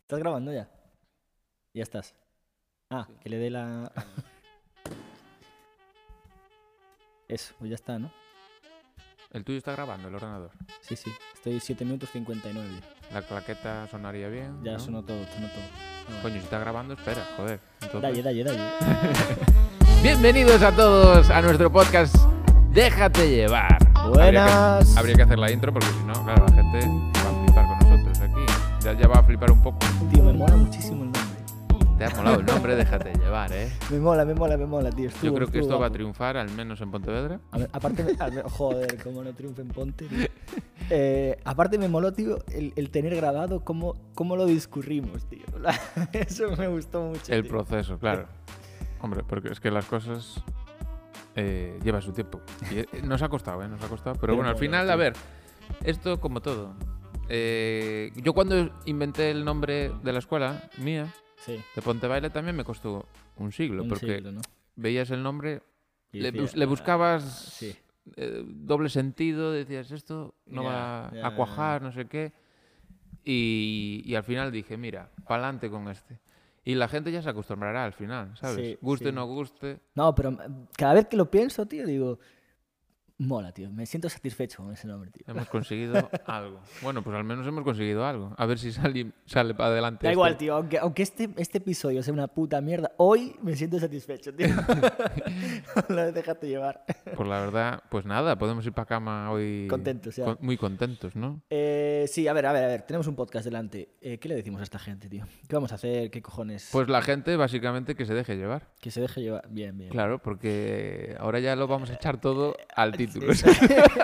¿Estás grabando ya? Ya estás. Ah, que le dé la. Eso, pues ya está, ¿no? El tuyo está grabando, el ordenador. Sí, sí. Estoy 7 minutos 59. La claqueta sonaría bien. Ya ¿no? sonó todo, sonó todo. Coño, si está grabando, espera, joder. Entonces- Dale, dale, dale. Bienvenidos a todos a nuestro podcast Déjate llevar. Habría Buenas. que, habría que hacer la intro porque si no, claro, la gente va a flipar con nosotros aquí. Ya, ya va a flipar un poco. Tío, me mola muchísimo el nombre. Te ha molado el nombre, déjate llevar, eh. Me mola, me mola, me mola, tío. Estuvo- Yo creo que estuvo esto va a guapo. triunfar, al menos en Pontevedra. A ver, aparte, me- a ver, joder, como no triunfe en Ponte. tío. Eh, aparte me moló, tío, el, el tener grabado cómo, cómo lo discurrimos, tío. Eso me gustó mucho. El tío. proceso, claro. Hombre, porque es que las cosas eh, lleva su tiempo. Y, eh, nos ha costado, ¿eh? Nos ha costado. Pero Pero bueno, al mola, final, a tío. ver, esto como todo. Eh, yo cuando inventé el nombre de la escuela mía, Sí, de Ponte Baile, también me costó un siglo, un porque siglo, ¿no? veías el nombre, Y le, decía, bus- le "Ah, buscabas Sí. eh, doble sentido, decías esto no Ya, va ya, a ya, cuajar, no sé qué. Y, y al final dije, mira, pa'lante con este. Y la gente ya se acostumbrará al final, ¿sabes? Sí, guste o sí. no guste. No, pero mm, cada vez que lo pienso, tío, digo, mola, tío. Me siento satisfecho con ese nombre, tío. Hemos conseguido algo. Bueno, pues al menos hemos conseguido algo. A ver si sale, sale para adelante. Da este. igual, tío. Aunque, aunque este, este episodio sea una puta mierda, hoy me siento satisfecho, tío. Lo déjate llevar. Pues la verdad, pues nada, podemos ir para cama hoy. Contentos, ya. con- muy contentos, ¿no? Eh, sí, a ver, a ver, a ver. Tenemos un podcast delante. Eh, ¿Qué le decimos a esta gente, tío? ¿Qué vamos a hacer? ¿Qué cojones? Pues la gente, básicamente, que se deje llevar. que se deje llevar. Bien, bien. Claro, porque ahora ya lo vamos a echar todo Eh, al título.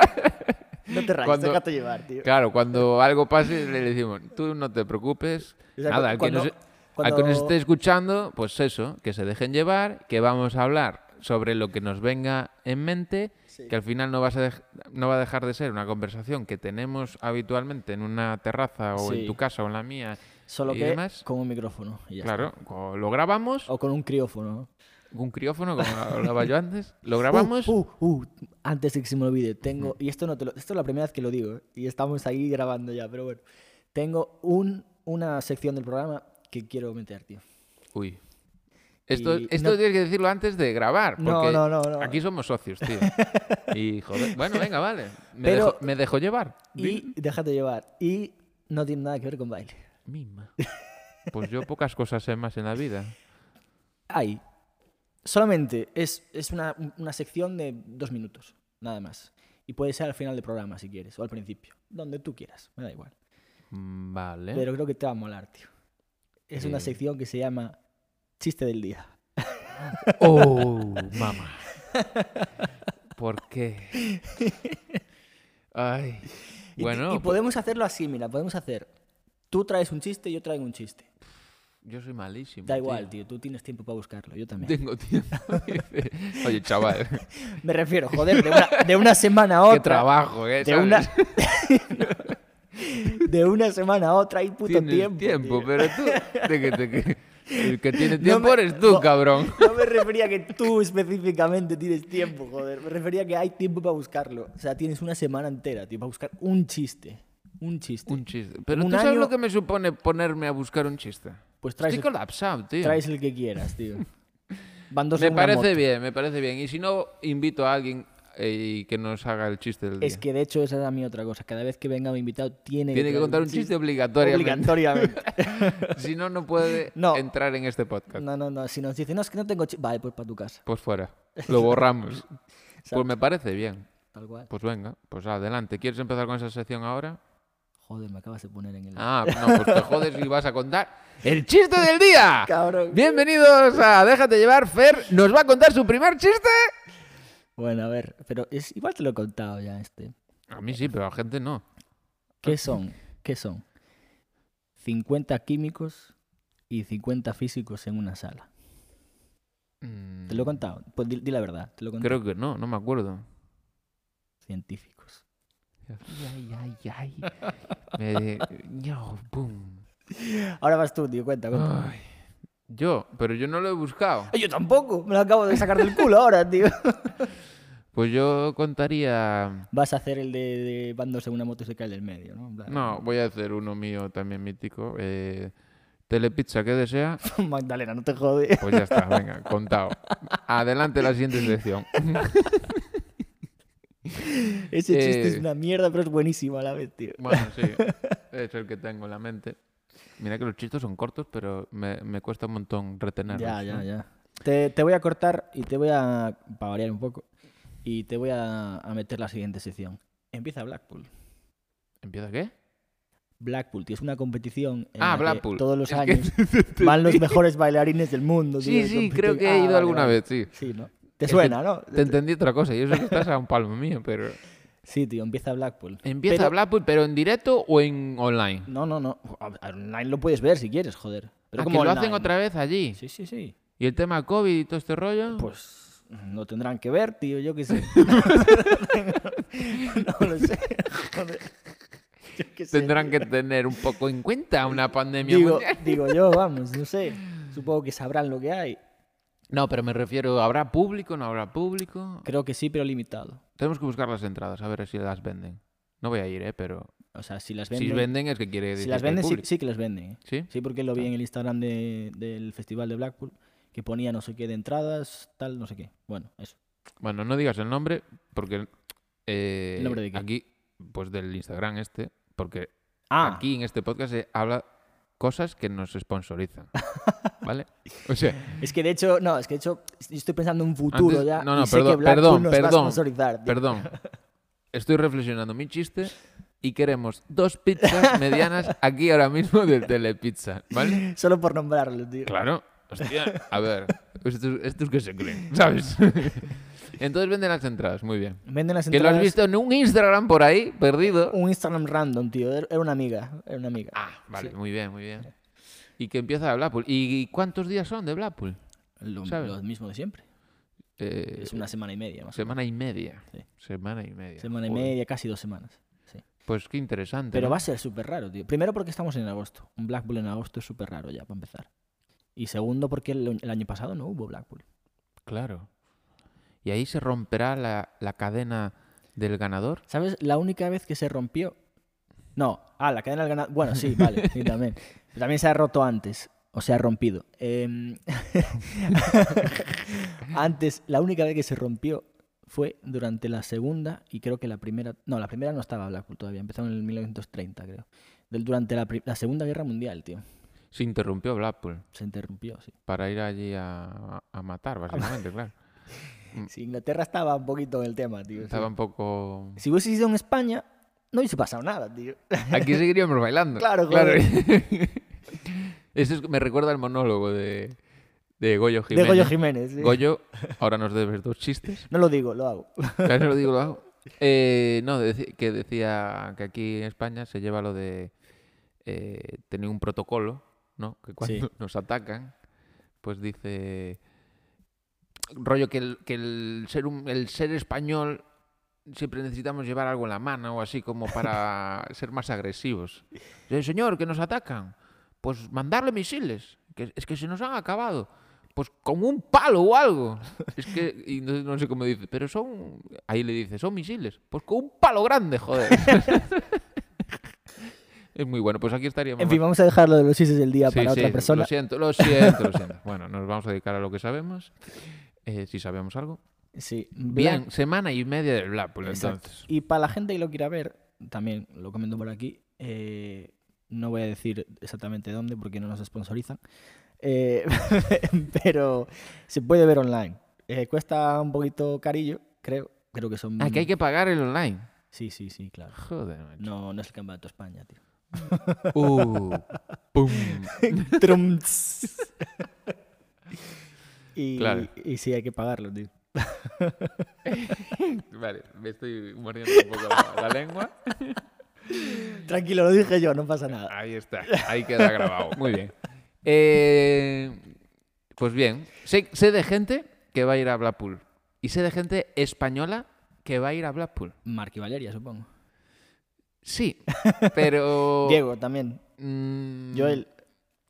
No te rayes, Cuando- déjate llevar, tío. Claro, cuando algo pase le decimos, tú no te preocupes. O sea, Nada, al cu- que, nos, cuando- al que nos cuando- esté escuchando, pues eso, que se dejen llevar, que vamos a hablar sobre lo que nos venga en mente, Sí. que al final no, vas a dej- no va a dejar de ser una conversación que tenemos habitualmente en una terraza o en Sí. tu casa o en la mía. Solo y que demás. con un micrófono. y ya Oh. Claro, co- lo grabamos, está. O con un criófono. ¿no? un criófono, como hablaba yo antes, lo grabamos. Uh, uh, uh, antes de que se me olvide, tengo. Y esto no te lo- Esto es la primera vez que lo digo, ¿eh? y estamos ahí grabando ya, pero bueno. Tengo un, una sección del programa que quiero meter, tío. Uy. Esto, Y esto no- tienes que decirlo antes de grabar. No, Porque no, no, no. Aquí somos socios, tío. Y joder, bueno, venga, vale. Me, Pero- dejo, me dejo llevar. Y déjate llevar. Y no tiene nada que ver con baile. Mima. Pues yo pocas cosas sé más en la vida. Hay. Solamente es, es una, una sección de dos minutos, nada más. Y puede ser al final del programa si quieres, o al principio, donde tú quieras, me da igual. Mm, Vale. Pero creo que te va a molar, tío. Es una Eh. sección que se llama Chiste del Día. Oh, mamá. ¿Por qué? Ay. Y, y Bueno, pues- podemos hacerlo así, mira, podemos hacer. Tú traes un chiste, yo traigo un chiste. yo soy malísimo. Da igual, tío, tú tienes tiempo para buscarlo, yo también. Tengo tiempo. dice. Oye, chaval, Me refiero, joder, de una, de una semana a qué otra. trabajo, ¿eh? De ¿Sabes? una, de una semana a otra hay puto tiempo. Tienes tío. pero tú. de que- de que- el que tiene No tiempo me- eres tú, no. cabrón. No me refería a que tú específicamente tienes tiempo, joder. Me refería a que hay tiempo para buscarlo. O sea, tienes una semana entera, tío, para buscar un chiste. Un chiste. Un chiste. Pero Un tú sabes lo año- que me supone ponerme a buscar un chiste. Pues traes, Estoy colapsado, tío. traes el que quieras, tío. Van dos Me en una moto. parece bien, me parece bien. Y si no, invito a alguien eh, y que nos haga el chiste del día. Es que de hecho esa era mi otra cosa. Cada vez que venga mi invitado tiene, Tiene que traer contar un chiste obligatoriamente. obligatoriamente. si no, no puede No. entrar en este podcast. no, no, no. Si nos dice, no, es que no tengo chiste. Vale, pues para tu casa. Pues fuera. Lo borramos. pues Exacto. me parece bien. Tal cual. Pues venga, pues adelante. ¿Quieres empezar con esa sección ahora? Joder, me acabas de poner en el... Ah, no, pues te jodes y vas a contar el chiste del día. Cabrón. Bienvenidos a Déjate llevar, Fer nos va a contar su primer chiste. Bueno, a ver. Pero es... igual te lo he contado ya este. A mí sí, pero a la gente no. ¿Qué son? ¿Qué son? 50 químicos y 50 físicos en una sala. Mm, ¿Te lo he contado? Pues di, di la verdad. Te lo he contado. Creo que no, no me acuerdo. Científicos. Ay, ay, ay, ay. Me- ñau, pum. Ahora vas tú, tío. Cuenta, cuenta. Ay. Yo, pero yo no lo he buscado. Ay, Yo tampoco. Me lo acabo de sacar del culo ahora, tío. Pues yo contaría. Vas a hacer el de, de bandos de una moto se cae del medio, ¿no? En plan, No, voy a hacer uno mío también mítico. eh, Telepizza que desea. Magdalena, no te jode. Pues ya está, venga, contado. Adelante la siguiente sección. Ese chiste es Eh. una mierda, pero es buenísimo a la vez, tío. Bueno, sí, es el que tengo en la mente. Mira que los chistes son cortos, pero me, me cuesta un montón retenerlos. Ya, ya, ¿no? ya. Te, te voy a cortar y te voy a. para variar un poco. Y te voy a, a meter la siguiente sección. Empieza Blackpool. ¿Empieza qué? Blackpool, tío, es una competición. En Ah, la que Blackpool. Todos los Es que- años van los mejores bailarines del mundo, tío, Sí, y sí, compiten- creo que Ah, he ido vale, alguna vale. vez, sí. Sí, ¿no? Te Es que suena, ¿no? Te entendí otra cosa, y eso que estás a un palmo mío, pero. Sí, tío, empieza Blackpool. ¿Empieza Pero- a Blackpool, pero en directo o en online? No, no, no. A- a- Online lo puedes ver si quieres, joder. Pero Ah, como que lo hacen online. otra vez allí. Sí, sí, sí. Y el tema COVID y todo este rollo. Pues no tendrán que ver, tío, yo qué sé. no lo sé, joder. Yo qué sé. tendrán que tener un poco en cuenta una pandemia digo, mundial. digo yo, vamos, no sé. Supongo que sabrán lo que hay. No, pero me refiero, ¿habrá público? ¿No habrá público? Creo que sí, pero limitado. Tenemos que buscar las entradas, a ver si las venden. No voy a ir, ¿eh? Pero O sea, si las si venden. venden es que quiere decir si las que hay venden, sí, público. Ah. sí que las venden. ¿eh? ¿Sí? Sí, porque lo vi en el Instagram de- del Festival de Blackpool, que ponía no sé qué de entradas, tal, no sé qué. Bueno, eso. Bueno, no digas el nombre, porque... eh, ¿El nombre de qué? Aquí, pues del Instagram este, porque Ah, aquí en este podcast se habla cosas que nos sponsorizan, ¿vale? O sea, es que de hecho, no, es que de hecho, yo estoy pensando en un futuro Antes- ya. no, no, y sé que perdón, Blackpool perdón, nos va a perdón, sponsorizar, tío. Perdón. Estoy reflexionando mi chiste y queremos dos pizzas medianas aquí ahora mismo del Telepizza, ¿vale? Solo por nombrarlo, tío. Claro. Hostia, a ver, estos, estos que se creen, ¿sabes? Entonces venden las entradas, muy bien. Venden las Que lo entradas. has visto en un Instagram por ahí, perdido. Un Instagram random, tío. Era era una amiga. Era una amiga. Ah, vale, muy bien, muy bien. Y que empieza a Blackpool. ¿Y cuántos días son de Blackpool? Lo, ¿sabes? lo mismo de siempre. Eh, Es una semana y media, más o semana y media. Sí. Semana y media. menos. Semana y Joder. media, casi dos semanas. Pues qué interesante. Pero ¿no? va a ser súper raro, tío. Primero porque estamos en agosto. Un Black Bull en agosto es súper raro ya, para empezar. Y segundo porque el, el año pasado no hubo Black Bull. Claro. Y ahí se romperá la, la cadena del ganador. ¿Sabes? La única vez que se rompió... No. Ah, la cadena del ganado... Bueno, sí, vale. Sí, también. Pero también se ha roto antes. O se ha rompido. Em, antes, la única vez que se rompió fue durante la segunda y creo que la primera... No, la primera no estaba Black Bull todavía. Empezaron en el 1930, creo. Del- Durante la, pri- la Segunda Guerra Mundial, tío. Se interrumpió Blackpool Se interrumpió, sí. para ir allí a, a matar, básicamente, claro. Sí, Inglaterra estaba un poquito en el tema, tío. sí. Mm. Estaba un poco... Si hubiese sido en España, no hubiese pasado nada, tío. Aquí seguiríamos bailando. Claro, Eso es- me recuerda al monólogo de, de Goyo Jiménez. De Goyo Jiménez. sí. Goyo, ahora nos debes dos chistes. No lo digo, lo hago. Ya se lo digo, lo hago. Eh, no, deci- que decía que aquí en España se lleva lo de eh, tener un protocolo, ¿no? Que cuando Sí. nos atacan, pues dice. Rollo que el, que el ser, hum- el ser español siempre necesitamos llevar algo en la mano o así como para ser más agresivos. Dice, señor, que nos atacan. Pues mandarle misiles. Que es que se nos han acabado. Pues con un palo o algo. Es que, y no, no sé cómo dice, pero son. Ahí le dice, son misiles. Pues con un palo grande, joder. es muy bueno. Pues aquí estaríamos. En fin, vamos a dejarlo de los chistes del día Sí, para sí, otra persona. Lo siento, lo siento, lo siento. Bueno, nos vamos a dedicar a lo que sabemos. eh, si sabemos algo. Sí, Bien, Black- semana y media del Blackpool, Exacto. entonces. Y para la gente que lo quiera ver, también lo comento por aquí. eh, no voy a decir exactamente dónde porque no nos sponsorizan. eh, pero se puede ver online. Eh, cuesta un poquito carillo, creo. Creo que son. Ah, que hay que pagar el online. Sí, sí, sí, claro. Joder, macho. No, no es el campeonato de España, tío. Uh, pum. Trum, tss. y, Claro. y sí, hay que pagarlo, tío. Vale, me estoy mordiendo un poco la, la lengua. Tranquilo, lo dije yo, no pasa nada. Ahí está, ahí queda grabado. Muy bien. Eh, pues bien, sé, sé de gente que va a ir a Blackpool. Y sé de gente española que va a ir a Blackpool. Marqui Valeria, supongo. Sí, pero... Diego también. mm, Joel.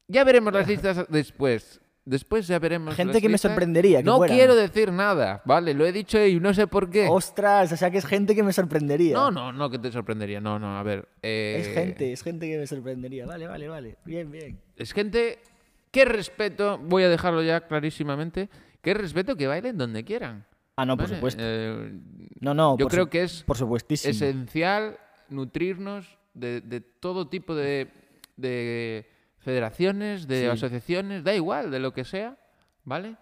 Ya veremos las listas después. Después ya veremos. Gente las que me listas. sorprendería. que No fuera. quiero decir nada, ¿vale? Lo he dicho y no sé por qué. Ostras, o sea que es gente que me sorprendería. No, no, no, que te sorprendería. No, no, a ver. eh, Es gente, es gente que me sorprendería. Vale, vale, vale. Bien, bien. Es gente que respeto, voy a dejarlo ya clarísimamente, que respeto que bailen donde quieran. Ah, no, por ¿vale? supuesto. Eh, No, no, yo por creo su- que es por supuestísimo. esencial nutrirnos de, de todo tipo de, de federaciones, de Sí. asociaciones, da igual, de lo que sea, ¿vale?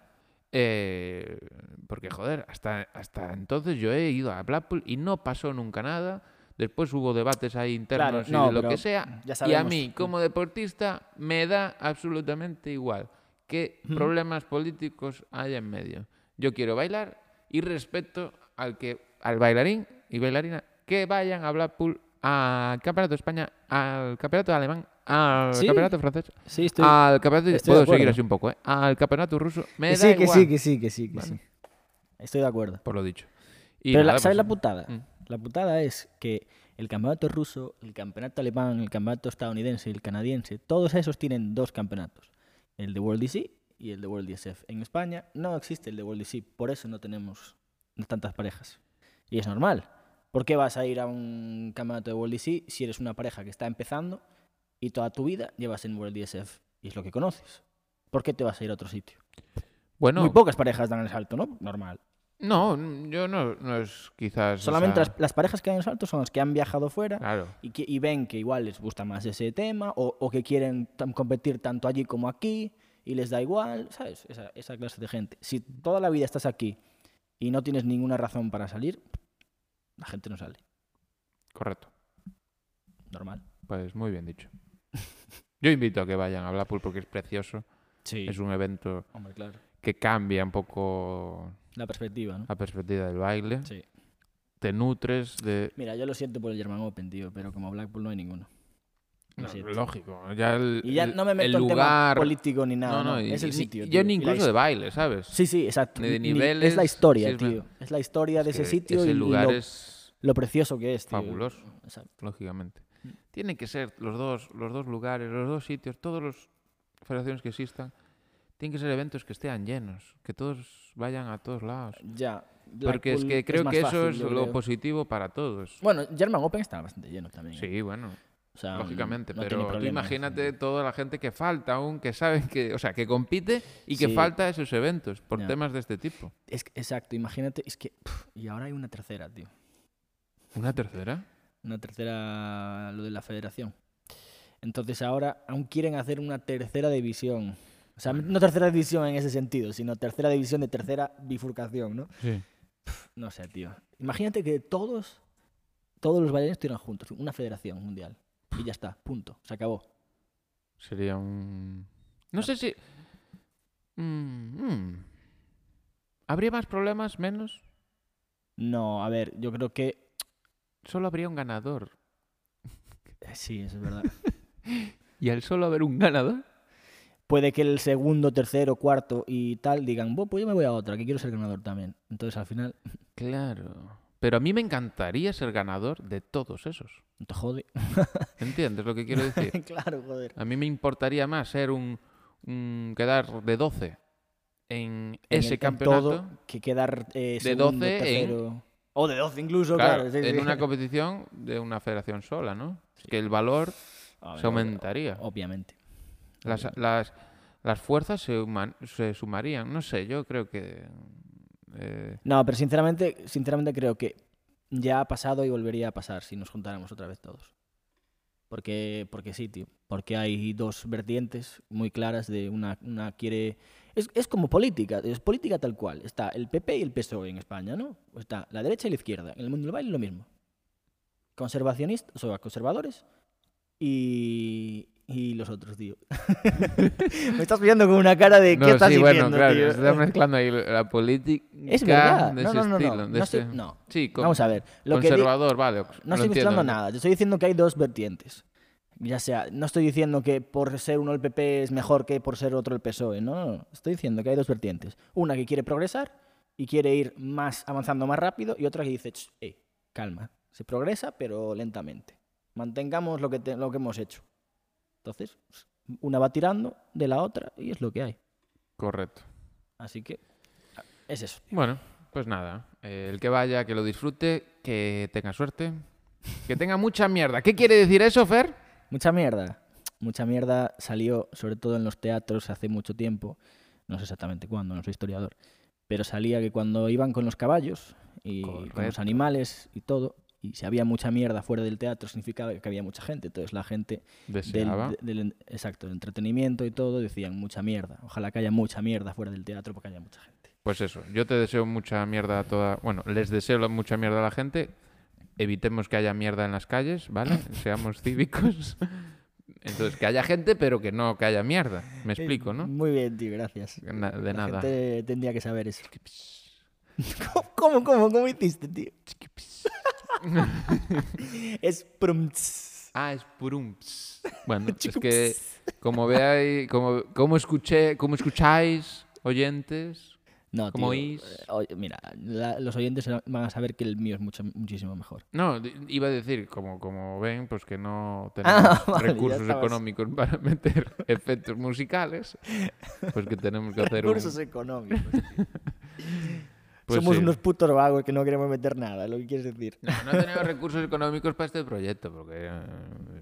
Eh, porque, joder, hasta, hasta entonces yo he ido a Blackpool y no pasó nunca nada. Después hubo debates ahí internos y no, de lo pero que sea. ya y a sabemos. mí, como deportista, me da absolutamente igual qué problemas políticos haya en medio. Yo quiero bailar y respeto al que al bailarín y bailarina que vayan a Blackpool, al Campeonato de España, al Campeonato alemán, al Sí. Campeonato francés, Sí, estoy. al Campeonato estoy de puedo seguir acuerdo. así un poco, ¿eh? al Campeonato ruso. Ah, Me que da sí, que igual, sí, que sí, que sí, que Vale. sí. Estoy de acuerdo. por lo dicho. Y Pero, la- nada, ¿sabes pues, la putada? Mm. La putada es que el campeonato ruso, el campeonato alemán, el campeonato estadounidense, el canadiense, todos esos tienen dos campeonatos. El de World DC y el de World DSF. En España no existe el de World DC, por eso no tenemos tantas parejas. Y es normal. ¿Por qué vas a ir a un campeonato de World DC si eres una pareja que está empezando y toda tu vida llevas en World DSF y es lo que conoces? ¿Por qué te vas a ir a otro sitio? Muy Bueno, pocas parejas dan el salto, ¿no? Normal. no, yo no, no es quizás. o Solamente sea, las, las parejas que dan el salto son las que han viajado fuera Claro. y, que- y ven que igual les gusta más ese tema o, o que quieren tam- competir tanto allí como aquí y les da igual, ¿sabes? Esa, esa clase de gente. Si toda la vida estás aquí y no tienes ninguna razón para salir, la gente no sale. Correcto. Normal. Pues muy bien dicho. Yo invito a que vayan a Blackpool porque es precioso. Sí. Es un evento Hombre, claro. que cambia un poco La perspectiva, ¿no? la perspectiva del baile. Sí. Te nutres de... Mira, yo lo siento por el German Open, tío, pero como Blackpool no hay ninguno. Lo No, siento. lógico. Ya el, Y ya el- no me el meto en tema lugar... político ni nada. no, no, y- es el y- sitio. Yo tío, ni y la incluso de baile, ¿sabes? Sí, sí, exacto. Ni de Ni- niveles, es la sí, historia, es tío. Es la historia de Es ese que sitio ese y, y lugar lo, es lo precioso que es, tío. fabuloso, Exacto. lógicamente. Mm. Tienen que ser los dos, los dos lugares, los dos sitios, todas las federaciones que existan. Tienen que ser eventos que estén llenos, que todos vayan a todos lados. Ya. Porque es Blackpool que creo más que eso fácil, es yo lo creo. positivo para todos. Bueno, German Open está bastante lleno también. ¿eh? Sí, bueno, O sea, lógicamente, Ah, no tiene pero tú problemas, imagínate ¿eh? toda la gente que falta aún, que sabe que, o sea, que compite y que Sí. falta a esos eventos por Ya. temas de este tipo. Es que- exacto, imagínate. Es que. pf, y ahora hay una tercera, tío. ¿Una tercera? Una tercera, lo de la federación. Entonces ahora aún quieren hacer una tercera división. O sea, no tercera división en ese sentido, sino tercera división de tercera bifurcación, ¿no? Sí. No sé, tío. Imagínate que todos, todos los bailarines estuvieran juntos, una federación mundial. Y ya está, punto, se acabó. Sería un... No sé si... Mm, mm. ¿Habría más problemas, menos? No, a ver, yo creo que Solo habría un ganador. eh, sí, eso es verdad. ¿Y al solo haber un ganador? Puede que el segundo, tercero, cuarto y tal digan, "Buah, pues yo me voy a otra, que quiero ser ganador también. Entonces al final, Claro. Pero a mí me encantaría ser ganador de todos esos. no te jode. ¿Entiendes lo que quiero decir? claro, joder. A mí me importaría más ser un, un- quedar de 12 en En ese el- en campeonato. todo, que quedar eh, de segundo, 12 en- tercero. O de 12 incluso, claro, claro. sí, en sí. una competición de una federación sola, ¿no? Es Que el valor A ver, se aumentaría. Obviamente. Las, las, las fuerzas se, human- se sumarían. No sé, yo creo que. eh, No, pero sinceramente, sinceramente creo que ya ha pasado y volvería a pasar si nos juntáramos otra vez todos. Porque, porque sí, tío. Porque hay dos vertientes muy claras de una, una quiere... Es, es como política, es política tal cual. Está el PP y el PSOE E en España, ¿no? Está la derecha y la izquierda. En el mundo del baile lo mismo. Conservacionistas, o sea, conservadores y, y los otros, tío. Me estás mirando con una cara de... ¿Qué no, estás sí, diciendo, bueno, claro, tío? se está mezclando ahí la política Es verdad. de No, ese no, no, no. estilo. de No sé- ese- no. Sí, con- Vamos a ver. Lo que di- conservador, vale. ok, No lo estoy mezclando entiendo. nada. Yo estoy diciendo que hay dos vertientes. Ya sea, no estoy diciendo que por ser uno el PP es mejor que por ser otro el PSOE. E, No, no, no. Estoy diciendo que hay dos vertientes. Una que quiere progresar y quiere ir más avanzando más rápido y otra que dice, "Ch, eh, calma, se progresa pero lentamente. Mantengamos lo que, te- lo que hemos hecho. Entonces, una va tirando de la otra y es lo que hay. Correcto. Así que ah, es eso. Bueno, pues nada. eh, el que vaya, que lo disfrute, que tenga suerte, que tenga mucha mierda. ¿Qué quiere decir eso, Fer? Mucha mierda. Mucha mierda salió, sobre todo en los teatros, hace mucho tiempo. No sé exactamente cuándo, no soy historiador. Pero salía que cuando iban con los caballos y con los Correcto. animales y todo, y si había mucha mierda fuera del teatro, significaba que había mucha gente. Entonces la gente del, Deseaba. de- del en- exacto, del entretenimiento y todo decían mucha mierda. Ojalá que haya mucha mierda fuera del teatro porque haya mucha gente. Pues eso, yo te deseo mucha mierda a toda. Bueno, les deseo la- mucha mierda a la gente. Evitemos que haya mierda en las calles, ¿vale? Seamos cívicos. Entonces, que haya gente, pero que no que haya mierda. Me explico, ¿no? Muy bien, tío, gracias. Na- La de nada. gente tendría que saber eso. ¿Cómo, cómo, cómo, cómo hiciste, tío? Es prum, tss, Ah, es purum. ps. Bueno, es chicu, que ps. como veáis, como, como escuché, como escucháis, oyentes, No, como tío, oís. eh, oye, mira, la- los oyentes van a saber que el mío es mucho, muchísimo mejor. No, di- iba a decir, como, como ven, pues que no tenemos Ah, vale, ya recursos estabas. económicos para meter efectos musicales, pues que tenemos que hacer un... Recursos económicos. tío. Pues Somos sí. unos putos vagos que no queremos meter nada, es lo que quieres decir. No, no tenemos recursos económicos para este proyecto, porque eh,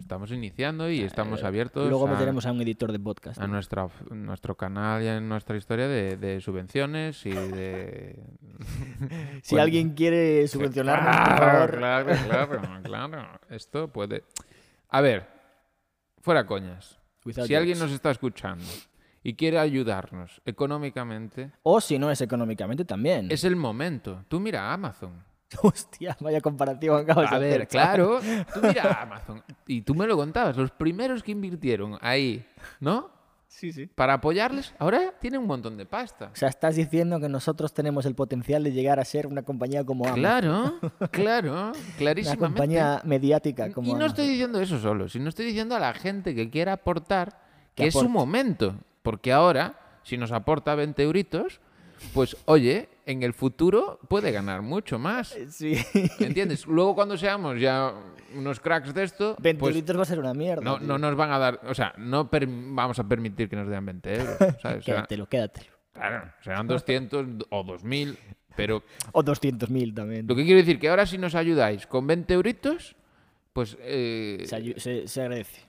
estamos iniciando y estamos abiertos Eh, Luego a, meteremos a un editor de podcast. a tío. nuestra, nuestro canal y a nuestra historia de, de subvenciones y de... Si Bueno. alguien quiere subvencionarnos, por Ah, Claro, favor. Claro, claro, claro. Esto puede... A ver, fuera coñas. Without si alguien jokes. nos está escuchando y quiere ayudarnos económicamente, O si no es económicamente también. es el momento. Tú mira a Amazon. Hostia, vaya comparativa acabas de A ver, hacer, chaval. claro, tú mira a Amazon. Y tú me lo contabas, los primeros que invirtieron ahí, ¿no? Sí, sí. Para apoyarles, ahora tienen un montón de pasta. O sea, estás diciendo que nosotros tenemos el potencial de llegar a ser una compañía como Amazon. Claro, claro, Una clarísimamente. compañía mediática como y no Amazon. estoy diciendo eso solo, sino estoy diciendo a la gente que quiera aportar que, Que es su aporte. momento. Porque ahora, si nos aporta 20 euritos, pues oye, en el futuro puede ganar mucho más. Sí. ¿Entiendes? Luego cuando seamos ya unos cracks de esto, 20 pues litros va a ser una mierda. no, tío. no nos van a dar, o sea, no per- vamos a permitir que nos den 20 euros. ¿sabes? Será- Quédatelo, quédatelo. claro, serán 200 o 2000, pero O 200.000 también. lo que quiero decir que ahora si nos ayudáis con 20 euritos, pues... eh, Se, ayu- se- se agradece.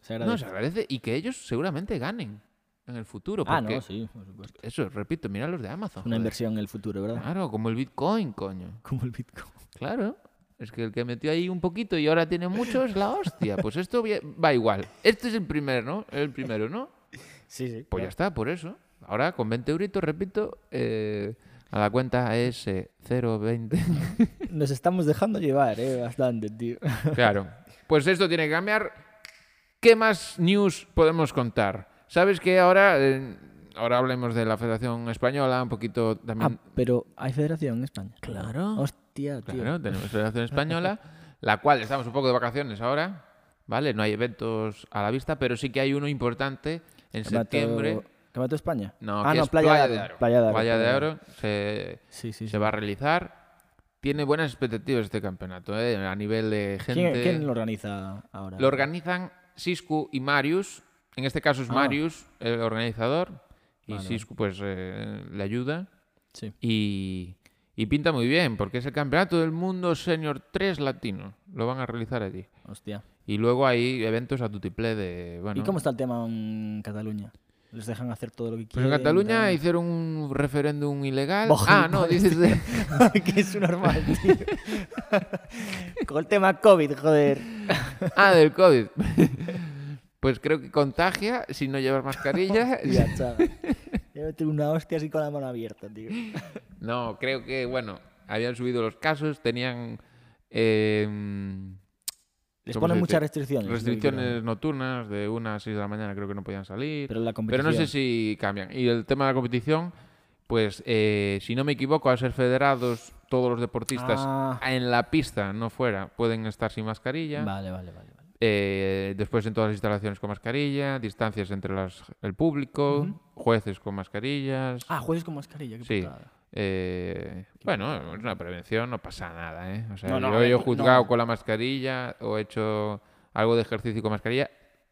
Se No, agradece. se agradece y que ellos seguramente ganen en el futuro. Porque ah, no, sí, por supuesto. Ah. Eso, repito, mira los de Amazon. Es una joder. inversión en el futuro, ¿verdad? Claro, como el Bitcoin, coño. Como el Bitcoin. Claro. Es que el que metió ahí un poquito y ahora tiene mucho es la hostia. Pues esto vi- va igual. Este es el primero, ¿no? El primero, ¿no? Sí, sí. Pues ya está, por eso. Ahora con 20 euritos, repito, eh, a la cuenta es 020. Nos estamos dejando llevar, eh, bastante, tío. Claro. Pues esto tiene que cambiar. ¿Qué más news podemos contar? Sabes que ahora, eh, ahora hablemos de la Federación Española, un poquito Ah, también. pero hay federación en España. Claro. Hostia, tío. Ah. Claro, tenemos Federación Española, la cual estamos un poco de vacaciones ahora, ¿vale? No hay eventos a la vista, pero sí que hay uno importante en Campeonato- septiembre. Campeonato España. No, ah, que no, es Playa, de de Aro. Aro. Playa de Aro. Playa de Playa de Aro se, Sí, sí, sí. se va a realizar. Tiene buenas expectativas este campeonato, ¿eh? A nivel de gente. ¿Quién, quién lo organiza ahora? Lo organizan Siscu y Marius. En este caso es Ah. Marius, el organizador. Y Vale, Siscu, pues, eh, le ayuda. Sí. Y, y pinta muy bien, porque es el campeonato del mundo senior 3 latino. Lo van a realizar allí. Hostia. Y luego hay eventos a tutiplé de. Bueno, ¿Y cómo está el tema en Cataluña? ¿Les dejan hacer todo lo que Pues en quieren? Cataluña tal? hicieron un referéndum ilegal. Bojo, ah, no, joder, dices de. que es normal, tío. Con el tema COVID, joder. Ah, del COVID. Pues creo que contagia si no llevas mascarilla. Hostia, chaval. Ya me tengo una hostia así con la mano abierta, tío. No, creo que, bueno, habían subido los casos, tenían eh, Les ¿Cómo se ponen dice? muchas restricciones. restricciones nocturnas de 1 a 6 de la mañana, creo que no podían salir. Pero, Pero la competición. no sé si cambian. Y el tema de la competición, pues, eh, si no me equivoco, al ser federados, todos los deportistas Ah, en la pista, no fuera, pueden estar sin mascarilla. vale, vale, vale. vale. Eh, después en todas las instalaciones con mascarilla, distancias entre las- el público, jueces con mascarillas. Ah, jueces con mascarilla, qué Sí. putada. Eh, bueno, es una prevención, no pasa nada, ¿eh? O sea, No, no, yo, a ver, yo he no. juzgado con la mascarilla o he hecho algo de ejercicio con mascarilla.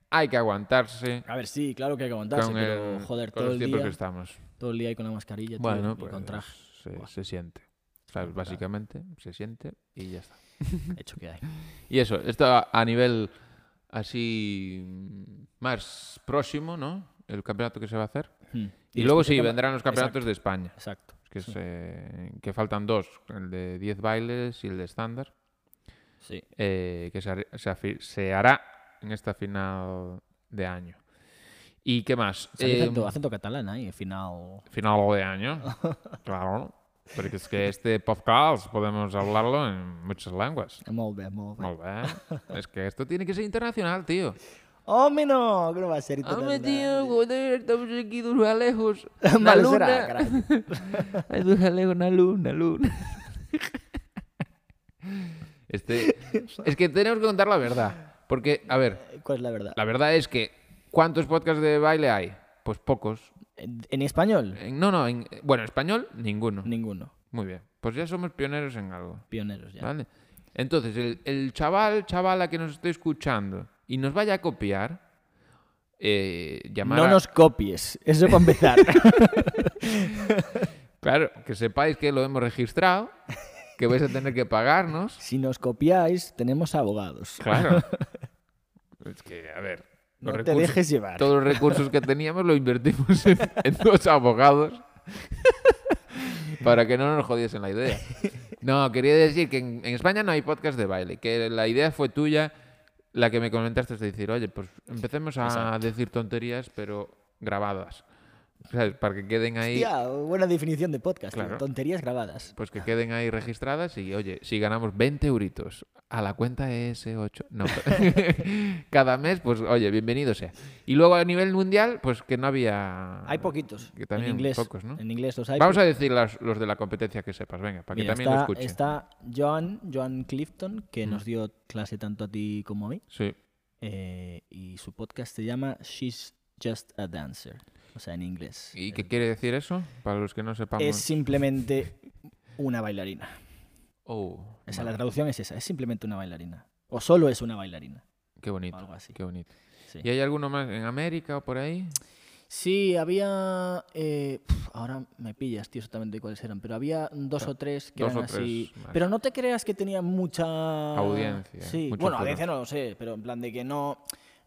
hay que aguantarse A ver, sí, claro que hay que aguantarse, con, pero el- joder, con todo los el, tiempos que día, estamos. todo el día ahí con la mascarilla tío, Bueno, y pues con traje. se, Buah. se siente. ¿Sabes? Brutal. Básicamente se siente y ya está. Hecho que hay. Y eso, esto a, a nivel así mm, más próximo, ¿no? El campeonato que se va a hacer. Hmm. Y, luego después sí, acaba- vendrán los campeonatos de España, Exacto. que, sí, se- que faltan dos, el de 10 bailes y el de estándar, sí. eh, que se, har- se afi- se hará en esta final de año. ¿Y qué más? Sale Eh, acento, acento catalán ahí, al final. final de año, claro, porque es que este podcast podemos hablarlo en muchas lenguas. Molt bé, molt bé. Molt bé. Es que esto tiene que ser internacional, tío. ¡Hombre, Oh, no! Que no va a ser Home, internacional. tío, joder, estamos aquí dos galejos. Na Malo será, luna. caray. Ay, dos galejos na luna, luna. Este, es que tenemos que contar la verdad. Porque, a ver, ¿Cuál es la verdad? la verdad es que ¿cuántos podcasts de baile hay? Pues pocos. ¿En en español? En- no, no, en, bueno, en español, ninguno. Ninguno. Muy bien. Pues ya somos pioneros en algo. Pioneros ya. ¿Vale? Entonces, el, el chaval, chavala que nos esté escuchando y nos vaya a copiar, eh, llamar No a- nos copies, eso para empezar. Claro, que sepáis que lo hemos registrado, que vais a tener que pagarnos. si nos copiáis, tenemos abogados. Claro. Es que, a ver, No los te recursos- dejes llevar. todos los recursos que teníamos lo invertimos en, en dos abogados para que no nos jodiesen la idea. No, quería decir que en, en España no hay podcast de baile, que la idea fue tuya, la que me comentaste es decir, oye, pues empecemos a Exacto. decir tonterías, pero grabadas. ¿Sabes? Para que queden ahí. Hostia, buena definición de podcast. tío. Claro. Tonterías grabadas. Pues que queden ahí registradas y, oye, si ganamos 20 euritos a la cuenta ES8, no, cada mes, pues, oye, bienvenido sea. Y luego a nivel mundial, pues que no había... Hay poquitos. Que también en inglés. pocos, ¿no? En inglés los hay. Vamos pero- a decir las- los de la competencia que sepas, venga, para que Mira, está, también lo Mm. escuchen. está Joan, Joan Clifton, que nos dio clase tanto a ti como a mí. Sí. eh, y su podcast se llama She's Just a Dancer. O sea, en inglés. ¿Y qué quiere decir eso? Para los que no sepamos... Es simplemente una bailarina. Oh, O sea, vale. la traducción es esa, es simplemente una bailarina. O solo es una bailarina, Qué o bonito, algo así. qué bonito. Sí, ¿Y hay alguno más en América o por ahí? Sí, había... eh, pf, ahora me pillas, tío, exactamente cuáles eran, pero había dos o tres que Dos eran o tres así... más. Pero no te creas que tenían mucha... Audiencia, Sí, mucho bueno, furor. audiencia no lo sé, pero en plan de que no...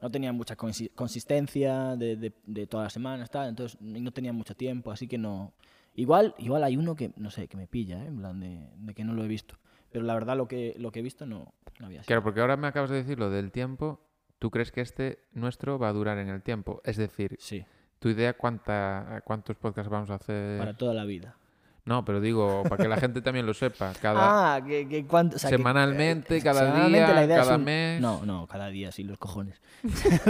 No tenían mucha consi- consistencia de, de- de todas las semanas, tal, entonces y no tenían mucho tiempo, así que no... Igual, igual hay uno que, no sé, que me pilla, ¿eh? en plan de, de que no lo he visto. Pero la verdad lo que, lo que he visto no, no había sido. Claro, porque ahora me acabas de decir lo del tiempo. ¿Tú crees que este nuestro va a durar en el tiempo? Es decir, Sí, ¿Tu idea cuánta, cuántos podcasts vamos a hacer? para toda la vida. No, pero digo, para que la gente también lo sepa. Cada Ah, que, que cuánto- o sea, que- Semanalmente, eh, Este, cada semanalmente día, la idea es cada un- mes. No, no, cada día, sí, los cojones.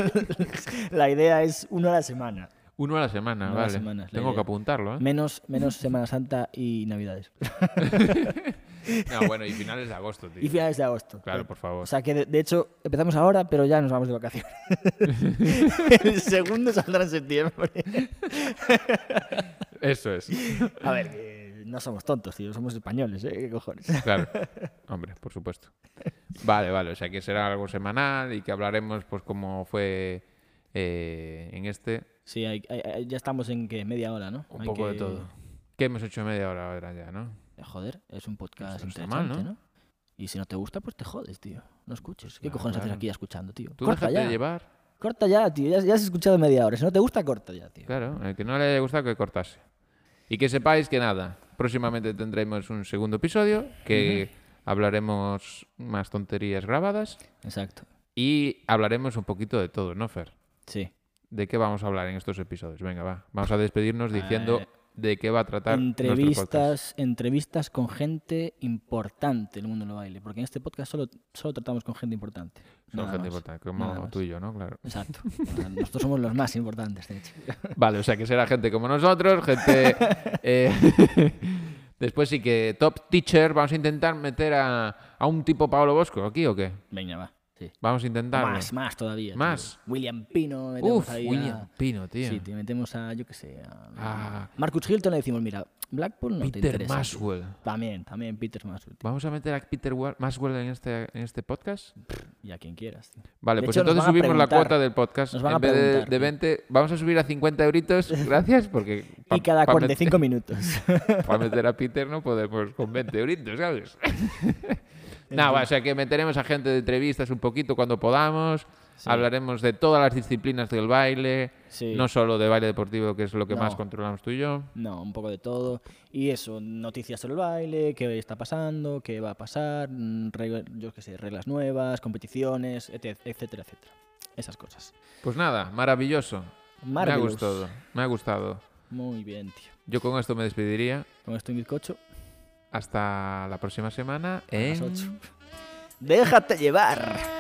la idea es uno a la semana. uno a la semana, Uno a la vale. semana es la Tengo que idea. apuntarlo, ¿eh? Menos, menos Semana Santa y Navidades. No, Ah, bueno, y finales de agosto, tío. Y finales de agosto. Claro, por favor. O sea que, de, de hecho, empezamos ahora, pero ya nos vamos de vacaciones. El segundo saldrá en septiembre. Eso es. A ver, que no somos tontos, tío, somos españoles, ¿eh? ¿Qué cojones? Claro. Hombre, por supuesto. Vale, vale. O sea, que será algo semanal y que hablaremos, pues, como fue eh, en este. Sí, hay- hay- hay- ya estamos en que media hora, ¿no? Un Hay poco de que- todo. ¿Qué hemos hecho media hora ahora ya, no? Eh, Joder, es un podcast Eso no está interesante, mal, ¿no? ¿no? Y si no te gusta, pues te jodes, tío. No escuches. ¿Qué Claro, cojones haces claro. aquí ya escuchando, tío? Tú corta déjate ya. llevar. Corta ya, tío. Ya, ya has escuchado media hora. Si no te gusta, corta ya, tío. Claro, el que no le haya gustado que cortase. Y que sepáis que nada, próximamente tendremos un segundo episodio que hablaremos más tonterías grabadas Exacto. y hablaremos un poquito de todo, ¿no, Fer? Sí. ¿De qué vamos a hablar en estos episodios? Venga, va. Vamos a despedirnos diciendo Eh, de qué va a tratar nuestro podcast. Entrevistas, entrevistas con gente importante en el mundo del baile. Porque en este podcast solo, solo tratamos con gente importante. Son nada gente más. importante, nada como más. tú y yo, ¿no? Claro. Exacto. O sea, Nosotros somos los más importantes, de hecho. Vale, o sea que será gente como nosotros, gente... eh, Después sí que Top Teacher, vamos a intentar meter a, a un tipo Pablo Bosco aquí o qué? Venga, va. Sí. Vamos a intentarlo. Más, más todavía. tío. Más. William Pino. metemos Uf, ahí a- William Pino, tío. Sí, te metemos a, yo qué sé, a Ah. Marcus Hilton le decimos, mira, Blackpool no te Peter interesa. tío". Maswell. También, también Peter Maswell. tío, ¿Vamos a meter a Peter Wa- Maswell en este, en este podcast? Y a quien quieras. tío. Vale, De pues hecho, nos entonces van a subimos la preguntar. cuota del podcast. Nos van en a vez de- de, preguntar, tío. 20, vamos a subir a 50 euritos. Gracias, porque. Y cada pa- pa met- 45 minutos. Para meter a Peter no podemos con 20 euritos, ¿sabes? Nada, va, o sea que meteremos a gente de entrevistas un poquito cuando podamos. Sí. Hablaremos de todas las disciplinas del baile, Sí. no solo de baile deportivo, que es lo que más No. controlamos tú y yo. No, un poco de todo. Y eso, noticias sobre el baile, qué está pasando, qué va a pasar, mm, regla- yo qué sé, reglas nuevas, competiciones, etc- etcétera, etcétera. Esas cosas. Pues nada, maravilloso. Me ha Marvelous. gustado, me ha gustado. Muy bien, tío. Yo con esto me despediría. Con esto en bizcocho, Hasta la próxima semana a en... las 8. ¡Déjate llevar!